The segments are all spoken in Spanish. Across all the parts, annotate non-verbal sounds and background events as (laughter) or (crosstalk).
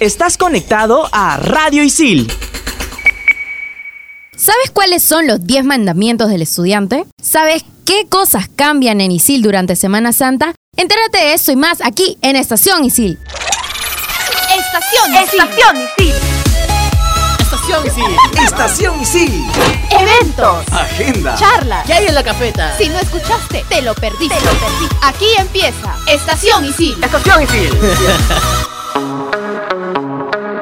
Estás conectado a Radio Isil. ¿Sabes cuáles son los 10 mandamientos del estudiante? ¿Sabes qué cosas cambian en Isil durante Semana Santa? Entérate de eso y más aquí en Estación Isil. Estación Isil. Estación Isil. Estación Isil. Estación Isil. Eventos. Agenda. Charlas. ¿Qué hay en la cafeta? Si no escuchaste, te lo perdiste. Te lo perdiste. Aquí empieza Estación Isil. Estación Isil.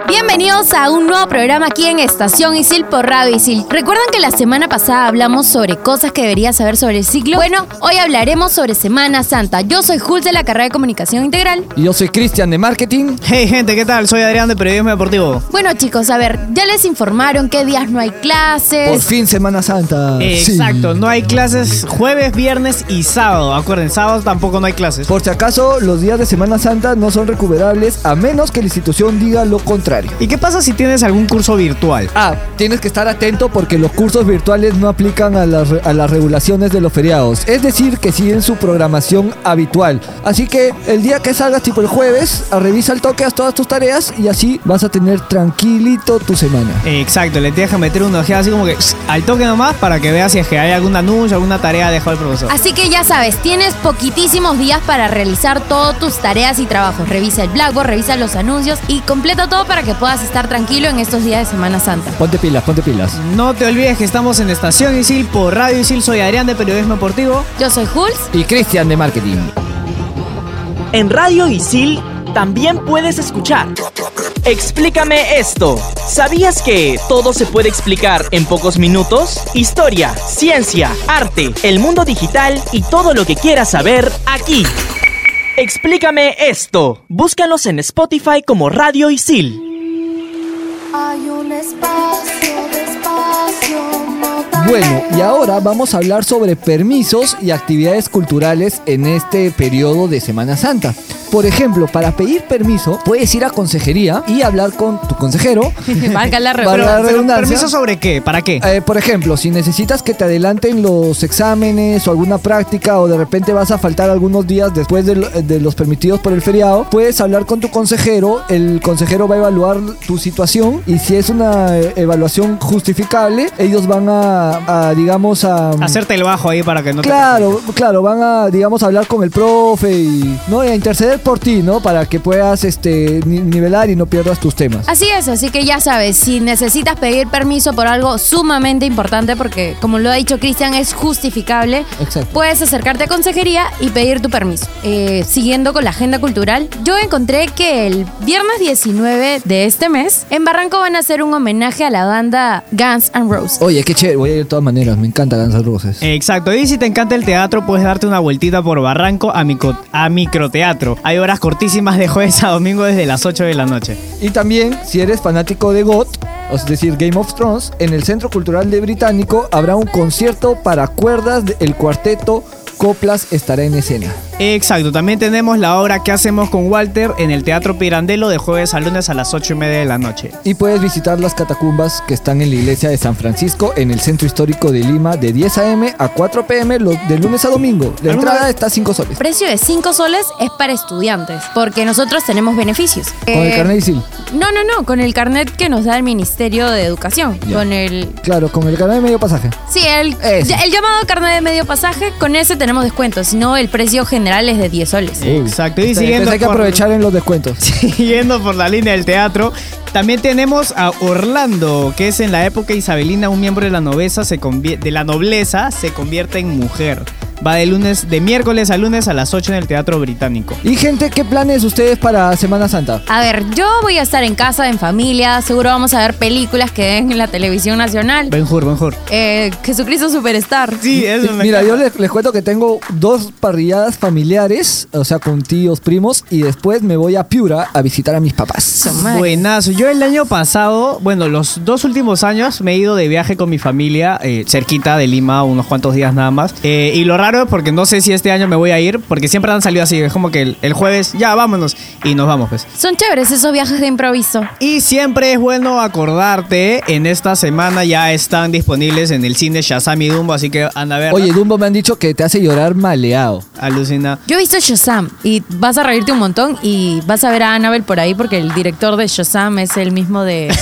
Bienvenidos a un nuevo programa aquí en Estación Isil por Radio Isil. ¿Recuerdan que la semana pasada hablamos sobre cosas que deberías saber sobre el ciclo? Bueno, hoy hablaremos sobre Semana Santa. Yo soy Jules de la carrera de Comunicación Integral. Y yo soy Cristian de Marketing. Hey gente, ¿qué tal? Soy Adrián de Periodismo Deportivo. Bueno chicos, a ver, ya les informaron qué días no hay clases. Por fin Semana Santa. Eh, Exacto, Ah, Sí. no hay clases jueves, viernes y sábado. Acuérdense, sábado tampoco no hay clases. Por si acaso, los días de Semana Santa no son recuperables a menos que la institución diga lo contrario. ¿Y qué pasa si tienes algún curso virtual? Ah, tienes que estar atento porque los cursos virtuales no aplican a las, re- a las regulaciones de los feriados. Es decir, que siguen su programación habitual. Así que el día que salgas, tipo el jueves, a- revisa el toque, haz todas tus tareas y así vas a tener tranquilito tu semana. Eh, Exacto, le tienes que meter una ojeada así como que pss, al toque nomás para que veas si es que hay algún anuncio, alguna tarea dejado el Ah, profesor. Así que ya sabes, tienes poquitísimos días para realizar todas tus tareas y trabajos. Revisa el Blackboard, revisa los anuncios y completa todo para que puedas estar tranquilo en estos días de Semana Santa. Ponte pilas, ponte pilas. No te olvides que estamos en Estación Isil por Radio Isil. Soy Adrián de Periodismo Deportivo. Yo soy Jules. Y Cristian de Marketing. En Radio Isil también puedes escuchar. Explícame esto. ¿Sabías que todo se puede explicar en pocos minutos? Historia, ciencia, arte, el mundo digital y todo lo que quieras saber aquí. Explícame esto. Búscanos en Spotify como Radio Isil. Hay un espacio, despacio, no tan Bueno, y ahora vamos a hablar sobre permisos y actividades culturales en este periodo de Semana Santa. Por ejemplo, para pedir permiso puedes ir a consejería y hablar con tu consejero. Valga la Para redundancia. la redundancia. ¿Permiso sobre qué? ¿Para qué? Eh, por ejemplo, si necesitas que te adelanten los exámenes o alguna práctica o de repente vas a faltar algunos días después de, lo- de los permitidos por el feriado, puedes hablar con tu consejero, el consejero va a evaluar tu situación y si es una eh, evaluación justificable, ellos van a, a, digamos, a... Hacerte el bajo ahí para que no te- Claro, claro, van a, digamos, hablar con el profe y, ¿no? y a interceder por ti, ¿no? Para que puedas este, ni- nivelar y no pierdas tus temas. Así es, así que ya sabes, si necesitas pedir permiso por algo sumamente importante, porque como lo ha dicho Cristian, es justificable, Exacto. puedes acercarte a consejería y pedir tu permiso. Eh, siguiendo con la agenda cultural, yo encontré que el viernes 19 de este mes, en Barranco van a hacer un homenaje a la banda Guns N' Roses. Oye, qué chévere, voy a ir de todas maneras, me encanta Guns Roses. Exacto, y si te encanta el teatro, puedes darte una vueltita por Barranco a, micro- a microteatro. Hay horas cortísimas de jueves a domingo desde las 8 de la noche. Y también, si eres fanático de GOT, es decir, Game of Thrones, en el Centro Cultural de Británico habrá un concierto para cuerdas del cuarteto Coplas estará en escena. Exacto, también tenemos la obra que hacemos con Walter en el Teatro Pirandello de jueves a lunes a las 8 y media de la noche. (laughs) Y puedes visitar las catacumbas que están en la iglesia de San Francisco en el centro histórico de Lima de 10 a.m. a 4 p.m. lo- de lunes a domingo. La ¿Alguna entrada vez? está a 5 soles. Precio de 5 soles es para estudiantes, porque nosotros tenemos beneficios. Con el Eh, carnet ISIL. No, no, no, con el carnet que nos da el Ministerio de Educación, Ya. con el Claro, con el carnet de medio pasaje. Sí, el, Ese. el llamado carnet de medio pasaje, con ese tenemos descuento, si no el precio general es de 10 soles. Exacto, y Entonces siguiendo hay que por- aprovechar en los descuentos. Siguiendo por la línea del teatro, también tenemos a Orlando, que es en la época isabelina un miembro de la nobleza se convie- de la nobleza se convierte en mujer. Va de lunes de miércoles a lunes a las 8 en el Teatro Británico. Y gente, ¿qué planes ustedes para Semana Santa? A ver, yo voy a estar en casa, en familia, seguro vamos a ver películas que den en la televisión nacional. Benjur, Benjur. Eh, Jesucristo Superstar. Sí, eso me Eh, Mira, encanta. yo les, les cuento que tengo dos parrilladas familiares, o sea, con tíos, primos, y después me voy a Piura a visitar a mis papás. Su madre. Buenazo. Yo el año pasado, bueno, los dos últimos años me he ido de viaje con mi familia, eh, cerquita de Lima, unos cuantos días nada más. Eh, y lo raro raro porque no sé si este año me voy a ir, porque siempre han salido así, es como que el, el jueves, ya vámonos, y nos vamos pues. Son chéveres esos viajes de improviso. Y siempre es bueno acordarte, en esta semana ya están disponibles en el cine Shazam y Dumbo, así que anda a ver. Oye, Dumbo me han dicho que te hace llorar maleado. alucina. Yo he visto Shazam y vas a reírte un montón y vas a ver a Annabelle por ahí porque el director de Shazam es el mismo de,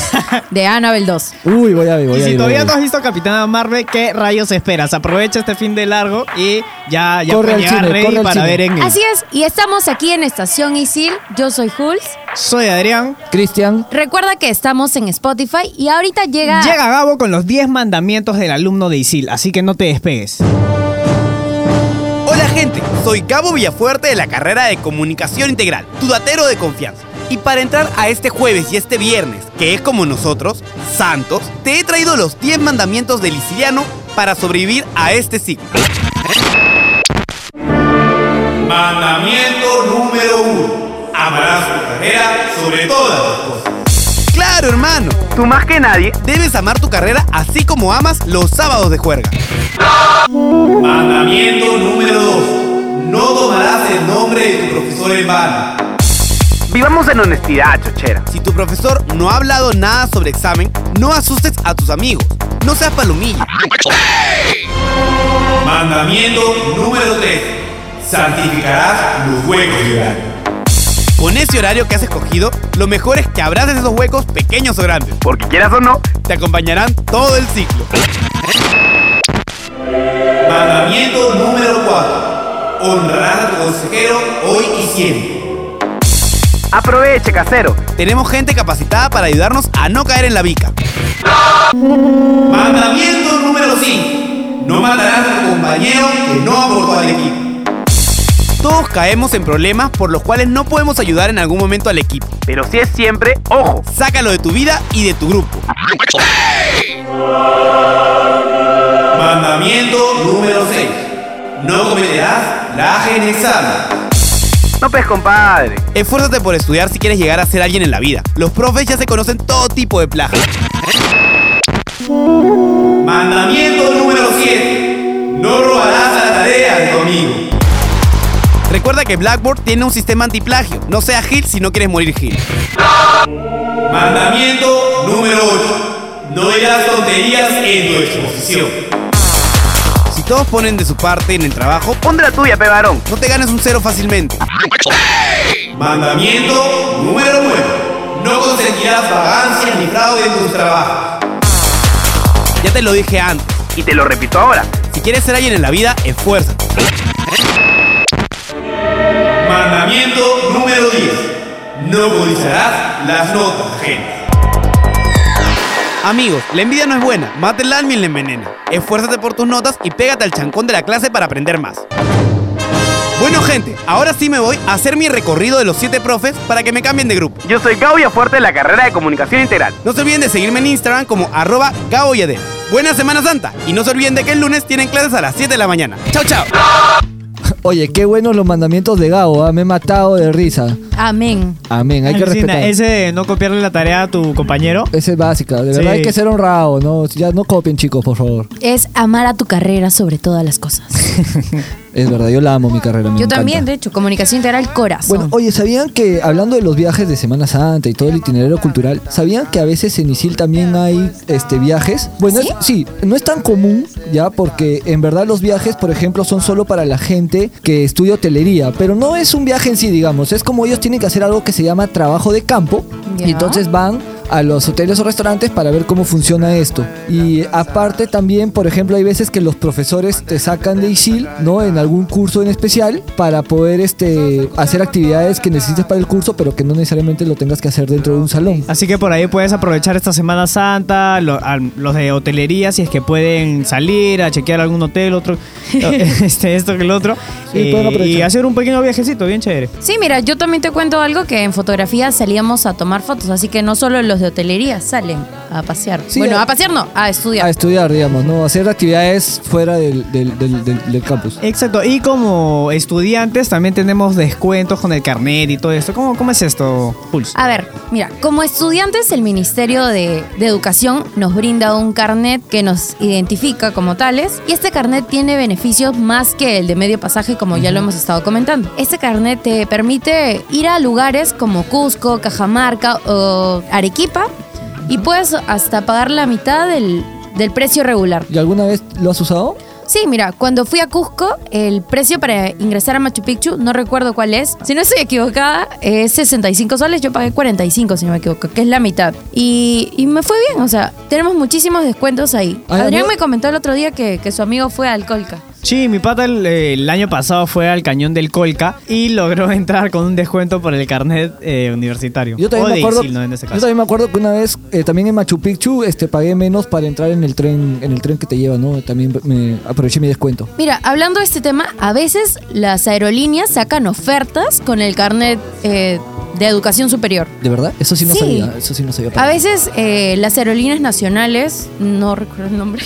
de Annabelle 2. Uy, voy a ver, voy Y a si ir, voy a todavía ir. no has visto Capitana Marvel, ¿qué rayos esperas? Aprovecha este fin de largo y ya, ya Corre puedes al llegar cine, ready corre al para cine. ver en Así es, y estamos aquí en Estación Isil. Yo soy Jules. Soy Adrián. Cristian, Recuerda que estamos en Spotify y ahorita llega. Llega Gabo con los 10 mandamientos del alumno de Isil, así que no te despegues. Hola gente, soy Gabo Villafuerte de la carrera de Comunicación Integral, tu datero de confianza. Y para entrar a este jueves y este viernes, que es como nosotros, santos, te he traído los 10 mandamientos del Isiliano para sobrevivir a este ciclo. Mandamiento número uno. Amarás tu carrera sobre todas las cosas. Claro, hermano, tú más que nadie debes amar tu carrera así como amas los sábados de juerga. Mandamiento número dos. No tomarás el nombre de tu profesor en vano. Vivamos en honestidad, chochera. Si tu profesor no ha hablado nada sobre examen, no asustes a tus amigos. No seas palomilla. Mandamiento número tres. Santificarás los huecos de hogar. Con ese horario que has escogido, lo mejor es que abraces esos huecos pequeños o grandes. Porque quieras o no, te acompañarán todo el ciclo. Mandamiento número cuatro. Honrarás a tu consejero hoy y siempre. Aproveche, casero. Tenemos gente capacitada para ayudarnos a no caer en la bica. Mandamiento número 5. No matarás a tu compañero que no aportó al equipo. Todos caemos en problemas por los cuales no podemos ayudar en algún momento al equipo. Pero si es siempre, ojo, sácalo de tu vida y de tu grupo. Mandamiento número 6. No cometerás laje en examen. No pues, compadre. Esfuérzate por estudiar si quieres llegar a ser alguien en la vida. Los profes ya se conocen todo tipo de plagas. Mandamiento número 7. No robarás la tarea de tu amigo. Recuerda que Blackboard tiene un sistema antiplagio. No seas Gil si no quieres morir Gil. Mandamiento número 8. No dirás tonterías en tu exposición. Si todos ponen de su parte en el trabajo, pon de la tuya, pe varón. No te ganes un cero fácilmente. Mandamiento número 9. No consentirás vagancia ni fraude en tus trabajos. Ya te lo dije antes. Y te lo repito ahora. Si quieres ser alguien en la vida, esfuérzate. Mandamiento número 10. No codiciarás las notas ajenas. Amigos, la envidia no es buena. Mate el alma y la envenena. Esfuérzate por tus notas y pégate al chancón de la clase para aprender más. Bueno, gente, ahora sí me voy a hacer mi recorrido de los 7 profes para que me cambien de grupo. Yo soy Gabo Fuerte de la carrera de Comunicación Integral. No se olviden de seguirme en Instagram como arroba Gabo Yadel. Buena Semana Santa y no se olviden de que el lunes tienen clases a las 7 de la mañana. Chao, chao. oye, qué buenos los mandamientos de Gabo, ah, me he matado de risa. Amén. Amén, hay que Alucina, respetar. ese de no copiarle la tarea a tu compañero. Esa es básica, de Sí. verdad hay que ser honrado, ¿no? Ya no copien, chicos, por favor. Es amar a tu carrera sobre todas las (laughs) cosas. Es verdad, yo la amo mi carrera. me Yo encanta. también, de hecho, comunicación integral corazón. Bueno, oye, ¿sabían que hablando de los viajes de Semana Santa y todo el itinerario cultural, ¿sabían que a veces en Isil también hay este viajes? Bueno, ¿Sí? Es, sí, no es tan común ya porque en verdad los viajes, por ejemplo, son solo para la gente que estudia hotelería, pero no es un viaje en sí, digamos, es como ellos tienen que hacer algo que se llama trabajo de campo Ya. y entonces van a los hoteles o restaurantes para ver cómo funciona esto. Y aparte también, por ejemplo, hay veces que los profesores te sacan de ISIL, ¿no? En algún curso en especial para poder este, hacer actividades que necesitas para el curso, pero que no necesariamente lo tengas que hacer dentro de un salón. Así que por ahí puedes aprovechar esta Semana Santa, lo- al- los de hotelería, si es que pueden salir a chequear algún hotel, otro, (laughs) (laughs) este, esto que el otro, Sí, eh, pueden aprovechar. y hacer un pequeño viajecito, bien chévere. Sí, mira, yo también te cuento algo que en fotografía salíamos a tomar fotos, así que no solo los los de hotelería salen a pasear. Sí, bueno, a- a pasear no, a estudiar. A estudiar, digamos, ¿no? Hacer actividades fuera del, del- del- del- del campus. Exacto, y como estudiantes también tenemos descuentos con el carnet y todo esto. ¿Cómo, cómo es esto, Pulse? A ver, mira, como estudiantes el Ministerio de, de Educación nos brinda un carnet que nos identifica como tales y este carnet tiene beneficios más que el de medio pasaje como ya lo hemos estado comentando. Este carnet te permite ir a lugares como Cusco, Cajamarca o Arequipa y puedes hasta pagar la mitad del, del precio regular. ¿Y alguna vez lo has usado? Sí, mira, cuando fui a Cusco, el precio para ingresar a Machu Picchu, no recuerdo cuál es. Si no estoy equivocada, es 65 soles. Yo pagué 45, si no me equivoco, que es la mitad. Y, y me fue bien, o sea, tenemos muchísimos descuentos ahí. Ay, Adrián amigo. me comentó el otro día que, que su amigo fue a Alcolca. Sí, mi pata el, eh, el año pasado fue al cañón del Colca y logró (laughs) entrar con un descuento por el carnet eh, universitario. Yo O también, me de acuerdo, ISIL, ¿no? En este yo caso. también me acuerdo que una vez, eh, también en Machu Picchu, este, pagué menos para entrar en el tren en el tren que te lleva, ¿no? También me aproveché mi descuento. Mira, hablando de este tema, a veces las aerolíneas sacan ofertas con el carnet eh, de educación superior. ¿De verdad? Eso sí no Sí. sabía. Eso sí no sabía. A veces eh, las aerolíneas nacionales, no recuerdo el (laughs) nombre,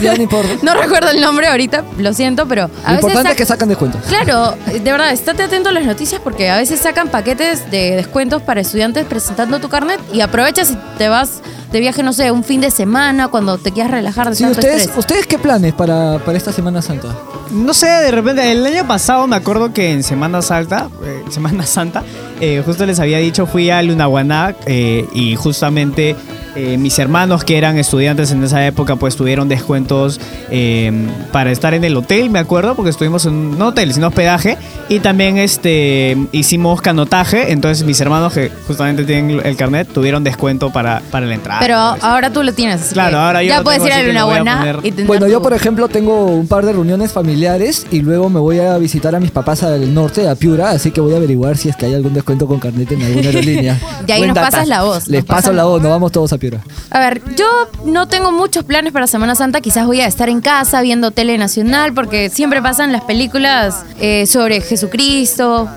Ya no importa. (laughs) no recuerdo el nombre ahorita, lo siento, pero Lo a veces importante sacan- es que sacan descuentos. Claro, de verdad, estate atento a las noticias porque a veces sacan paquetes de descuentos para estudiantes presentando tu carnet y aprovechas y te vas de viaje, no sé, un fin de semana cuando te quieras relajar de Sí, tanto ustedes, estrés. ¿ustedes qué planes para, para esta Semana Santa? No sé, de repente, el año pasado me acuerdo que en Semana Santa, eh, (laughs) Semana Santa, eh, justo les había dicho, fui a Lunaguaná eh, y justamente eh, mis hermanos que eran estudiantes en esa época, pues tuvieron descuentos eh, para estar en el hotel, me acuerdo, porque estuvimos en un no hotel, sino hospedaje, y también este, hicimos canotaje, entonces mis hermanos que justamente tienen el carnet tuvieron descuento para, para la entrada. Pero todo Ah, eso. ahora tú lo tienes. así Claro, que ahora yo Ya lo puedes tengo, ir así a que una lo voy a buena poner. y tener Bueno, yo tu- por ejemplo tengo un par de reuniones familiares y luego me voy a visitar a mis papás al norte, a Piura, así que voy a averiguar si es que hay algún descuento con carnet en alguna aerolínea. (laughs) De ahí Buen nos datazo. pasas la voz, Les nos pasas paso la la voz, nos vamos todos a Piura. A ver, yo no tengo muchos planes para Semana Santa. Quizás voy a estar en casa viendo tele nacional porque siempre pasan las películas eh, sobre Jesucristo.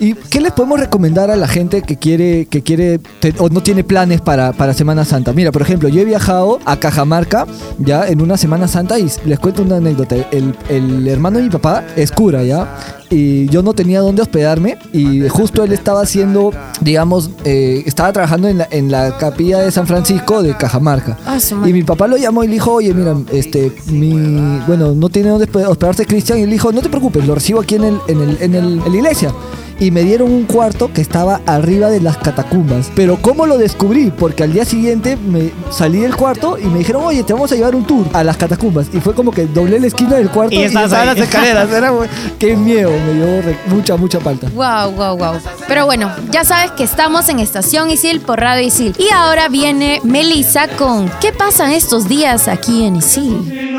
¿Y qué les podemos recomendar a la gente que quiere, que quiere te- o no tiene planes para, para Semana Santa? Mira, por ejemplo, yo he viajado a Cajamarca ya en una Semana Santa y s- les cuento una anécdota. El, el hermano de mi papá es cura, ¿ya? Y yo no tenía dónde hospedarme y justo él estaba haciendo, digamos, eh, estaba trabajando en la, en la capilla de San Francisco de Cajamarca. Ah, su Y madre. mi papá lo llamó y le dijo, oye, mira, este, mi, bueno, no tiene dónde hospe- hospedarse Cristian. Y le dijo, no te preocupes, lo recibo aquí en, el, en, el, en, el- en la iglesia. Y me dieron un cuarto que estaba arriba de las catacumbas. Pero ¿cómo lo descubrí? Porque al día siguiente me salí del cuarto y me dijeron, oye, te vamos a llevar un tour a las catacumbas. Y fue como que doblé la esquina del cuarto Y y, estabas estaba en ahí. las escaleras. Era, güey, (laughs) qué miedo, me dio re- mucha, mucha falta. Wow, wow, wow. Pero bueno, ya sabes que estamos en Estación Isil por Radio Isil. Y ahora viene Melissa con ¿Qué pasan estos días aquí en Isil?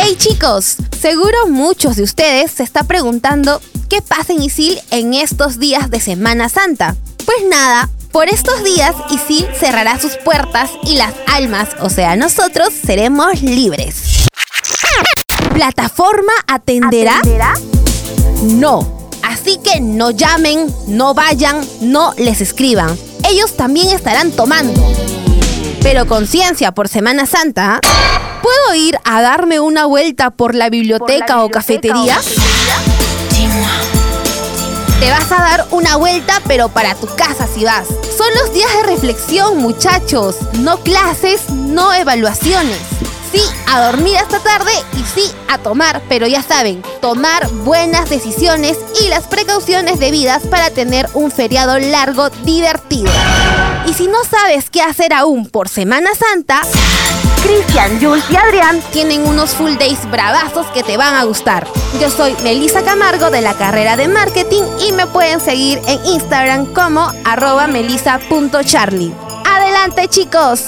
Hey chicos, seguro muchos de ustedes se está preguntando qué pasa en Isil en estos días de Semana Santa. Pues nada, por estos días Isil cerrará sus puertas y las almas, o sea, nosotros seremos libres. ¿Plataforma atenderá? No. Así que no llamen, no vayan, no les escriban. Ellos también estarán tomando. Pero conciencia por Semana Santa. ¿ah? ¿Puedo ir a darme una vuelta por la biblioteca, o cafetería? Te vas a dar una vuelta, pero para tu casa si vas. Son los días de reflexión, muchachos. No clases, no evaluaciones. Sí, a dormir hasta tarde y sí, a tomar, pero ya saben, tomar buenas decisiones y las precauciones debidas para tener un feriado largo divertido. Y si no sabes qué hacer aún por Semana Santa, Cristian, Jules y Adrián tienen unos full days bravazos que te van a gustar. Yo soy Melissa Camargo de la carrera de marketing y me pueden seguir en Instagram como arroba melissa.charlie. Adelante chicos.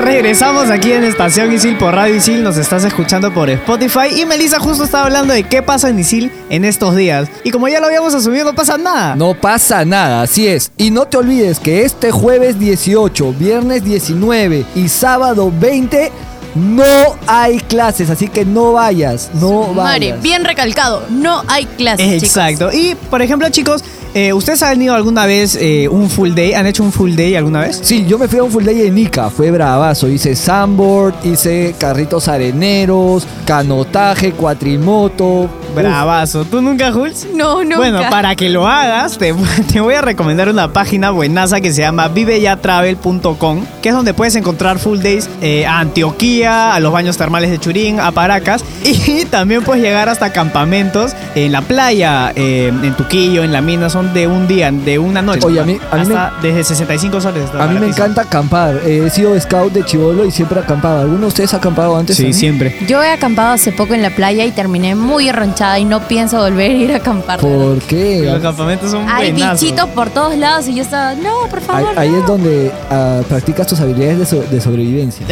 Regresamos aquí en Estación Isil por Radio Isil, nos estás escuchando por Spotify y Melissa justo estaba hablando de qué pasa en Isil en estos días. Y como ya lo habíamos asumido, no pasa nada. No pasa nada, así es. Y no te olvides que este jueves 18, viernes 19 y sábado 20 No hay clases, así que no vayas, no Madre, vayas. bien recalcado, no hay clases, chicos. Exacto. Y, por ejemplo, chicos, eh, ¿ustedes han ido alguna vez eh, un full day? ¿Han hecho un full day alguna vez? Sí, yo me fui a un full day en Ica, fue bravazo. Hice sandboard, hice carritos areneros, canotaje, cuatrimoto. Uf, Bravazo. ¿Tú nunca, Jules? No, nunca. Bueno, para que lo hagas, te, (laughs) te voy a recomendar una página buenaza que se llama viveyatravel.com, que es donde puedes encontrar full days eh, a Antioquía, a los baños termales de Churín, a Paracas, (laughs) y también puedes llegar hasta campamentos en la playa, eh, en Tuquillo, en la mina, son de un día, de una noche. Oye, a mí- a mí me- Hasta Desde 65 soles. está A mí me baratísimo. encanta acampar. eh, He sido scout de chivolo y siempre acampado. ¿Alguno de ustedes ha acampado antes? Sí, también? siempre. Yo he acampado hace poco en la playa y terminé muy arronchada y no pienso volver a ir a acampar. de verdad. ¿Por Los qué? campamentos son Hay buenazos. bichitos por todos lados y yo estaba, no, por Ahí, favor. ahí no". es donde ah, practicas tus habilidades de, so- de (laughs) sobrevivencia.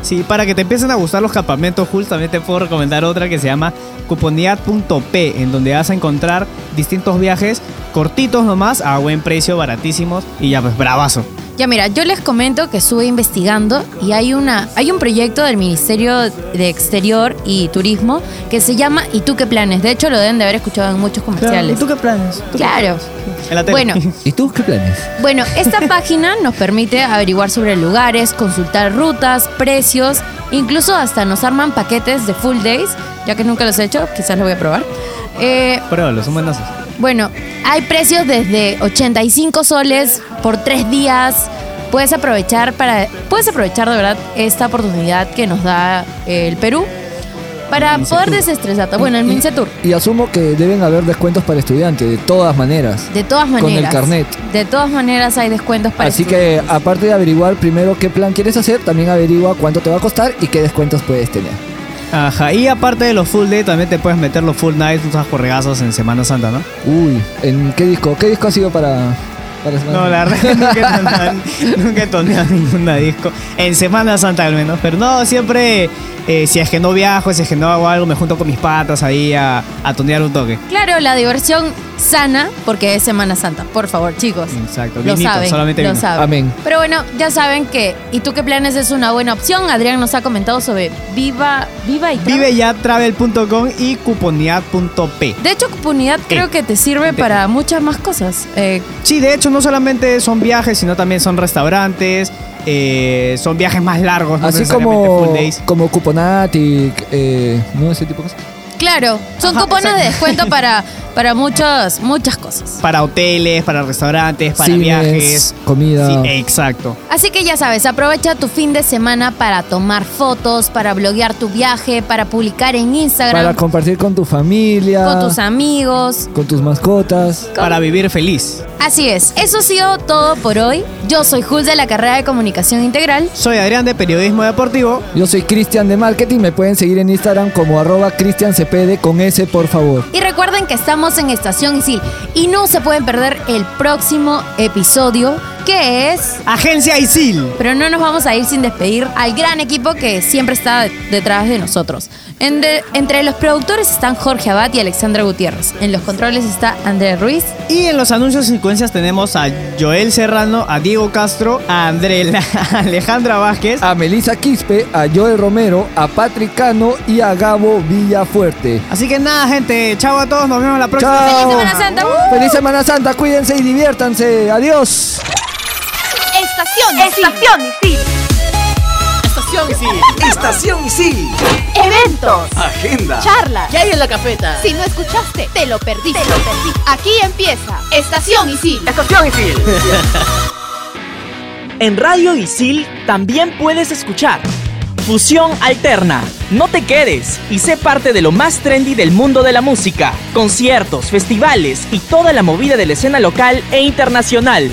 sí, para que te empiecen a gustar los campamentos Jules, también te puedo recomendar otra que se llama cuponidad.p, en donde vas a encontrar distintos viajes cortitos nomás, a buen precio, baratísimos, y ya pues bravazo. Ya mira, yo les comento que estuve investigando y hay una hay un proyecto del Ministerio de Exterior y Turismo que se llama ¿Y tú qué planes? De hecho lo deben de haber escuchado en muchos comerciales. qué planes? Claro. En la tele. Bueno, ¿Y tú qué planes? bueno, esta página nos permite averiguar sobre lugares, consultar rutas, precios, incluso hasta nos arman paquetes de full days, ya que nunca los he hecho, quizás lo voy a probar. Eh, (laughs) Pruébalo, son buenazos. bueno, hay precios desde 85 soles por tres días. Puedes aprovechar para, puedes aprovechar de verdad esta oportunidad que nos da eh, el Perú para poder desestresarte. Bueno, el Mince Tour. Mm, Y asumo que deben haber descuentos para estudiantes, de todas maneras. De todas Con el maneras. carnet. De todas maneras hay descuentos para. Así que estudiantes. aparte de averiguar primero qué plan quieres hacer, también averigua cuánto te va a costar y qué descuentos puedes tener. Ajá, y aparte de los full day, también te puedes meter los full nights, unos corregazos en Semana Santa, ¿no? Uy, ¿en qué disco? ¿Qué disco ha sido para, para Semana No, Santa? la verdad (laughs) que nunca he toneado, nunca he toneado ninguna disco. En Semana Santa al menos. Pero no, siempre, eh, si es que no viajo, si es que no hago algo, me junto con mis patas ahí a, a tonear un toque. Claro, la diversión sana porque es Semana Santa. Por favor, chicos. Exacto, Lo vinito, saben, solamente lo vino. saben. Amén. Pero bueno, ya saben que ¿Y tú qué planes es una buena opción? Adrián nos ha comentado sobre Viva Viva y Travel. Viveyatravel.com y cuponidad.p. De hecho, comunidad creo que te sirve para muchas más cosas. Eh, Sí, de hecho, no solamente son viajes, sino también son restaurantes, eh, son viajes más largos, (laughs) no Así necesariamente como, full days. como Cuponatic, eh, ¿no? Ese tipo de cosas. claro, son cupones de descuento para, para muchas, muchas cosas. Para hoteles, para restaurantes, para Cines, viajes. comida. Sí, exacto. Así que ya sabes, aprovecha tu fin de semana para tomar fotos, para bloguear tu viaje, para publicar en Para Instagram compartir con tu familia. con tus amigos. con tus mascotas. Para vivir feliz. Así es, eso ha sido todo por hoy. Yo soy Jules de la carrera de Comunicación Integral. Soy Adrián de Periodismo Deportivo. Yo soy Cristian de Marketing, me pueden seguir en Instagram como arroba cristiancpd con S por favor. Y recuerden que estamos en Estación Isil y no se pueden perder el próximo episodio que es... Agencia ISIL. Pero no nos vamos a ir sin despedir al gran equipo que siempre está de- detrás de nosotros. En de- entre los productores están Jorge Abad y Alexandra Gutiérrez. En los controles está Andrés Ruiz. Y en los anuncios y secuencias tenemos a Joel Serrano, a Diego Castro, a Andrela, (laughs) a Alejandra Vázquez. A Melissa Quispe, a Joel Romero, a Patrick Cano y a Gabo Villafuerte. Así que nada, gente. Chao a todos. Nos vemos la próxima. ¡Chao! Semana Santa! ¡Uh! ¡Feliz Semana Santa! Cuídense y diviértanse. ¡Adiós! Estación Estación Estación Isil. Estación Isil. Eventos. Agenda. Charlas. ¿Qué hay en la cafeta? Si no escuchaste, te lo perdiste. Te lo perdí. Aquí empieza Estación Isil. Estación Isil. En Radio Isil también puedes escuchar Fusión Alterna. No te quedes y sé parte de lo más trendy del mundo de la música. Conciertos, festivales y toda la movida de la escena local e internacional.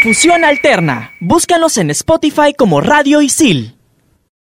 Fusión Alterna. Búscanos en Spotify como Radio Isil.